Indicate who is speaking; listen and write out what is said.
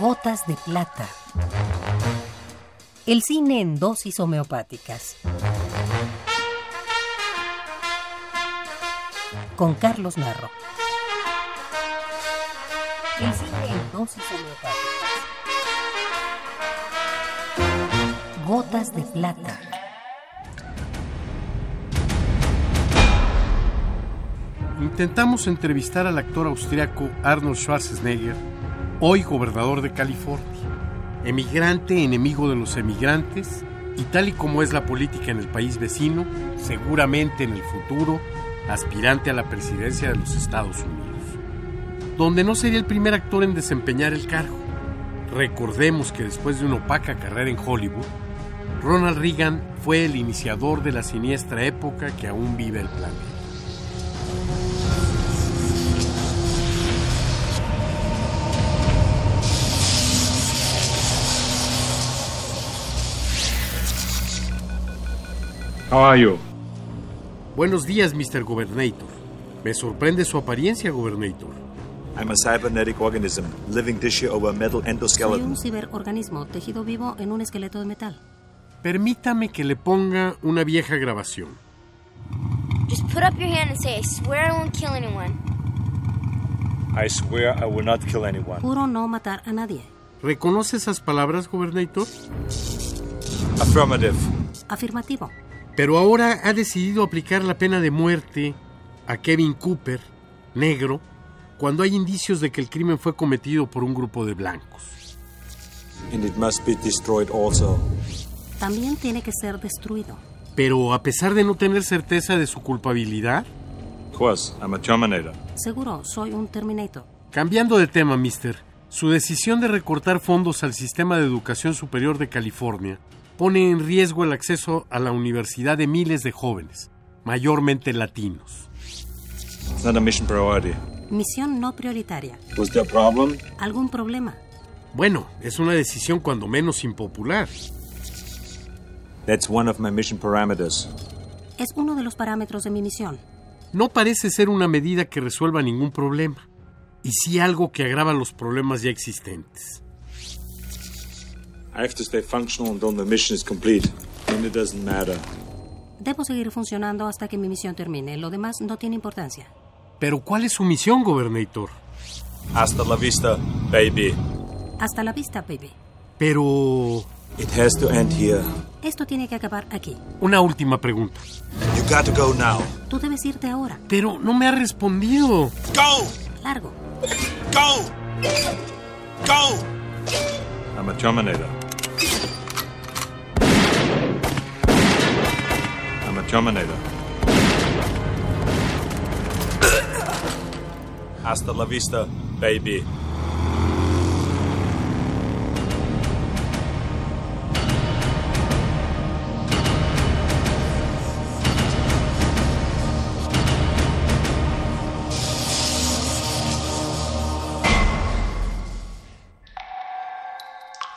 Speaker 1: Gotas de Plata. El cine en dosis homeopáticas. Con Carlos Narro. El cine en dosis homeopáticas. Gotas de Plata.
Speaker 2: Intentamos entrevistar al actor austriaco Arnold Schwarzenegger, hoy gobernador de California emigrante, enemigo de los emigrantes, y tal y como es la política en el país vecino, seguramente en el futuro, aspirante a la presidencia de los Estados Unidos, donde no sería el primer actor en desempeñar el cargo. Recordemos que después de una opaca carrera en Hollywood, Ronald Reagan fue el iniciador de la siniestra época que aún vive el planeta.
Speaker 3: How are you?
Speaker 2: Buenos días, Mr. Governator. Me sorprende su apariencia, Governator.
Speaker 3: I'm a cybernetic organism, living tissue over metal
Speaker 1: Soy un
Speaker 3: endoskeleton.
Speaker 1: ciberorganismo, tejido vivo en un esqueleto de metal.
Speaker 2: Permítame que le ponga una vieja grabación.
Speaker 4: Just put up your hand and say, I swear I won't kill anyone.
Speaker 3: I swear I will not kill anyone.
Speaker 1: Juro no matar a nadie.
Speaker 2: ¿Reconoce esas palabras, Governator?
Speaker 3: Affirmative.
Speaker 1: Afirmativo.
Speaker 2: Pero ahora ha decidido aplicar la pena de muerte a Kevin Cooper, negro, cuando hay indicios de que el crimen fue cometido por un grupo de blancos.
Speaker 3: And it must be destroyed also.
Speaker 1: También tiene que ser destruido.
Speaker 2: Pero a pesar de no tener certeza de su culpabilidad,
Speaker 3: Of course, I'm a Terminator.
Speaker 1: Seguro, soy un Terminator.
Speaker 2: cambiando de tema, mister, su decisión de recortar fondos al sistema de educación superior de California pone en riesgo el acceso a la universidad de miles de jóvenes, mayormente latinos.
Speaker 3: It's not a mission priority.
Speaker 1: Misión no prioritaria.
Speaker 3: Was there a problem?
Speaker 1: ¿Algún problema?
Speaker 2: Bueno, es una decisión cuando menos impopular.
Speaker 3: That's one of my mission parameters.
Speaker 1: Es uno de los parámetros de mi misión.
Speaker 2: no parece ser una medida que resuelva ningún problema, y sí algo que agrava los problemas ya existentes.
Speaker 3: I have to stay functional until the mission is complete. Then it doesn't matter.
Speaker 1: Debo seguir funcionando hasta que mi misión termine. Lo demás no tiene importancia.
Speaker 2: Pero ¿cuál es su misión, Gobernator?
Speaker 3: Hasta la vista, baby.
Speaker 1: Hasta la vista, baby.
Speaker 2: Pero...
Speaker 3: It has to end here.
Speaker 1: Esto tiene que acabar aquí.
Speaker 2: Una última pregunta.
Speaker 3: You got to go now.
Speaker 1: Tú debes irte ahora.
Speaker 2: Pero no me ha respondido.
Speaker 3: Go!
Speaker 1: Largo.
Speaker 3: Go! Go! I'm a Terminator. I'm a Terminator. Hasta la vista, baby.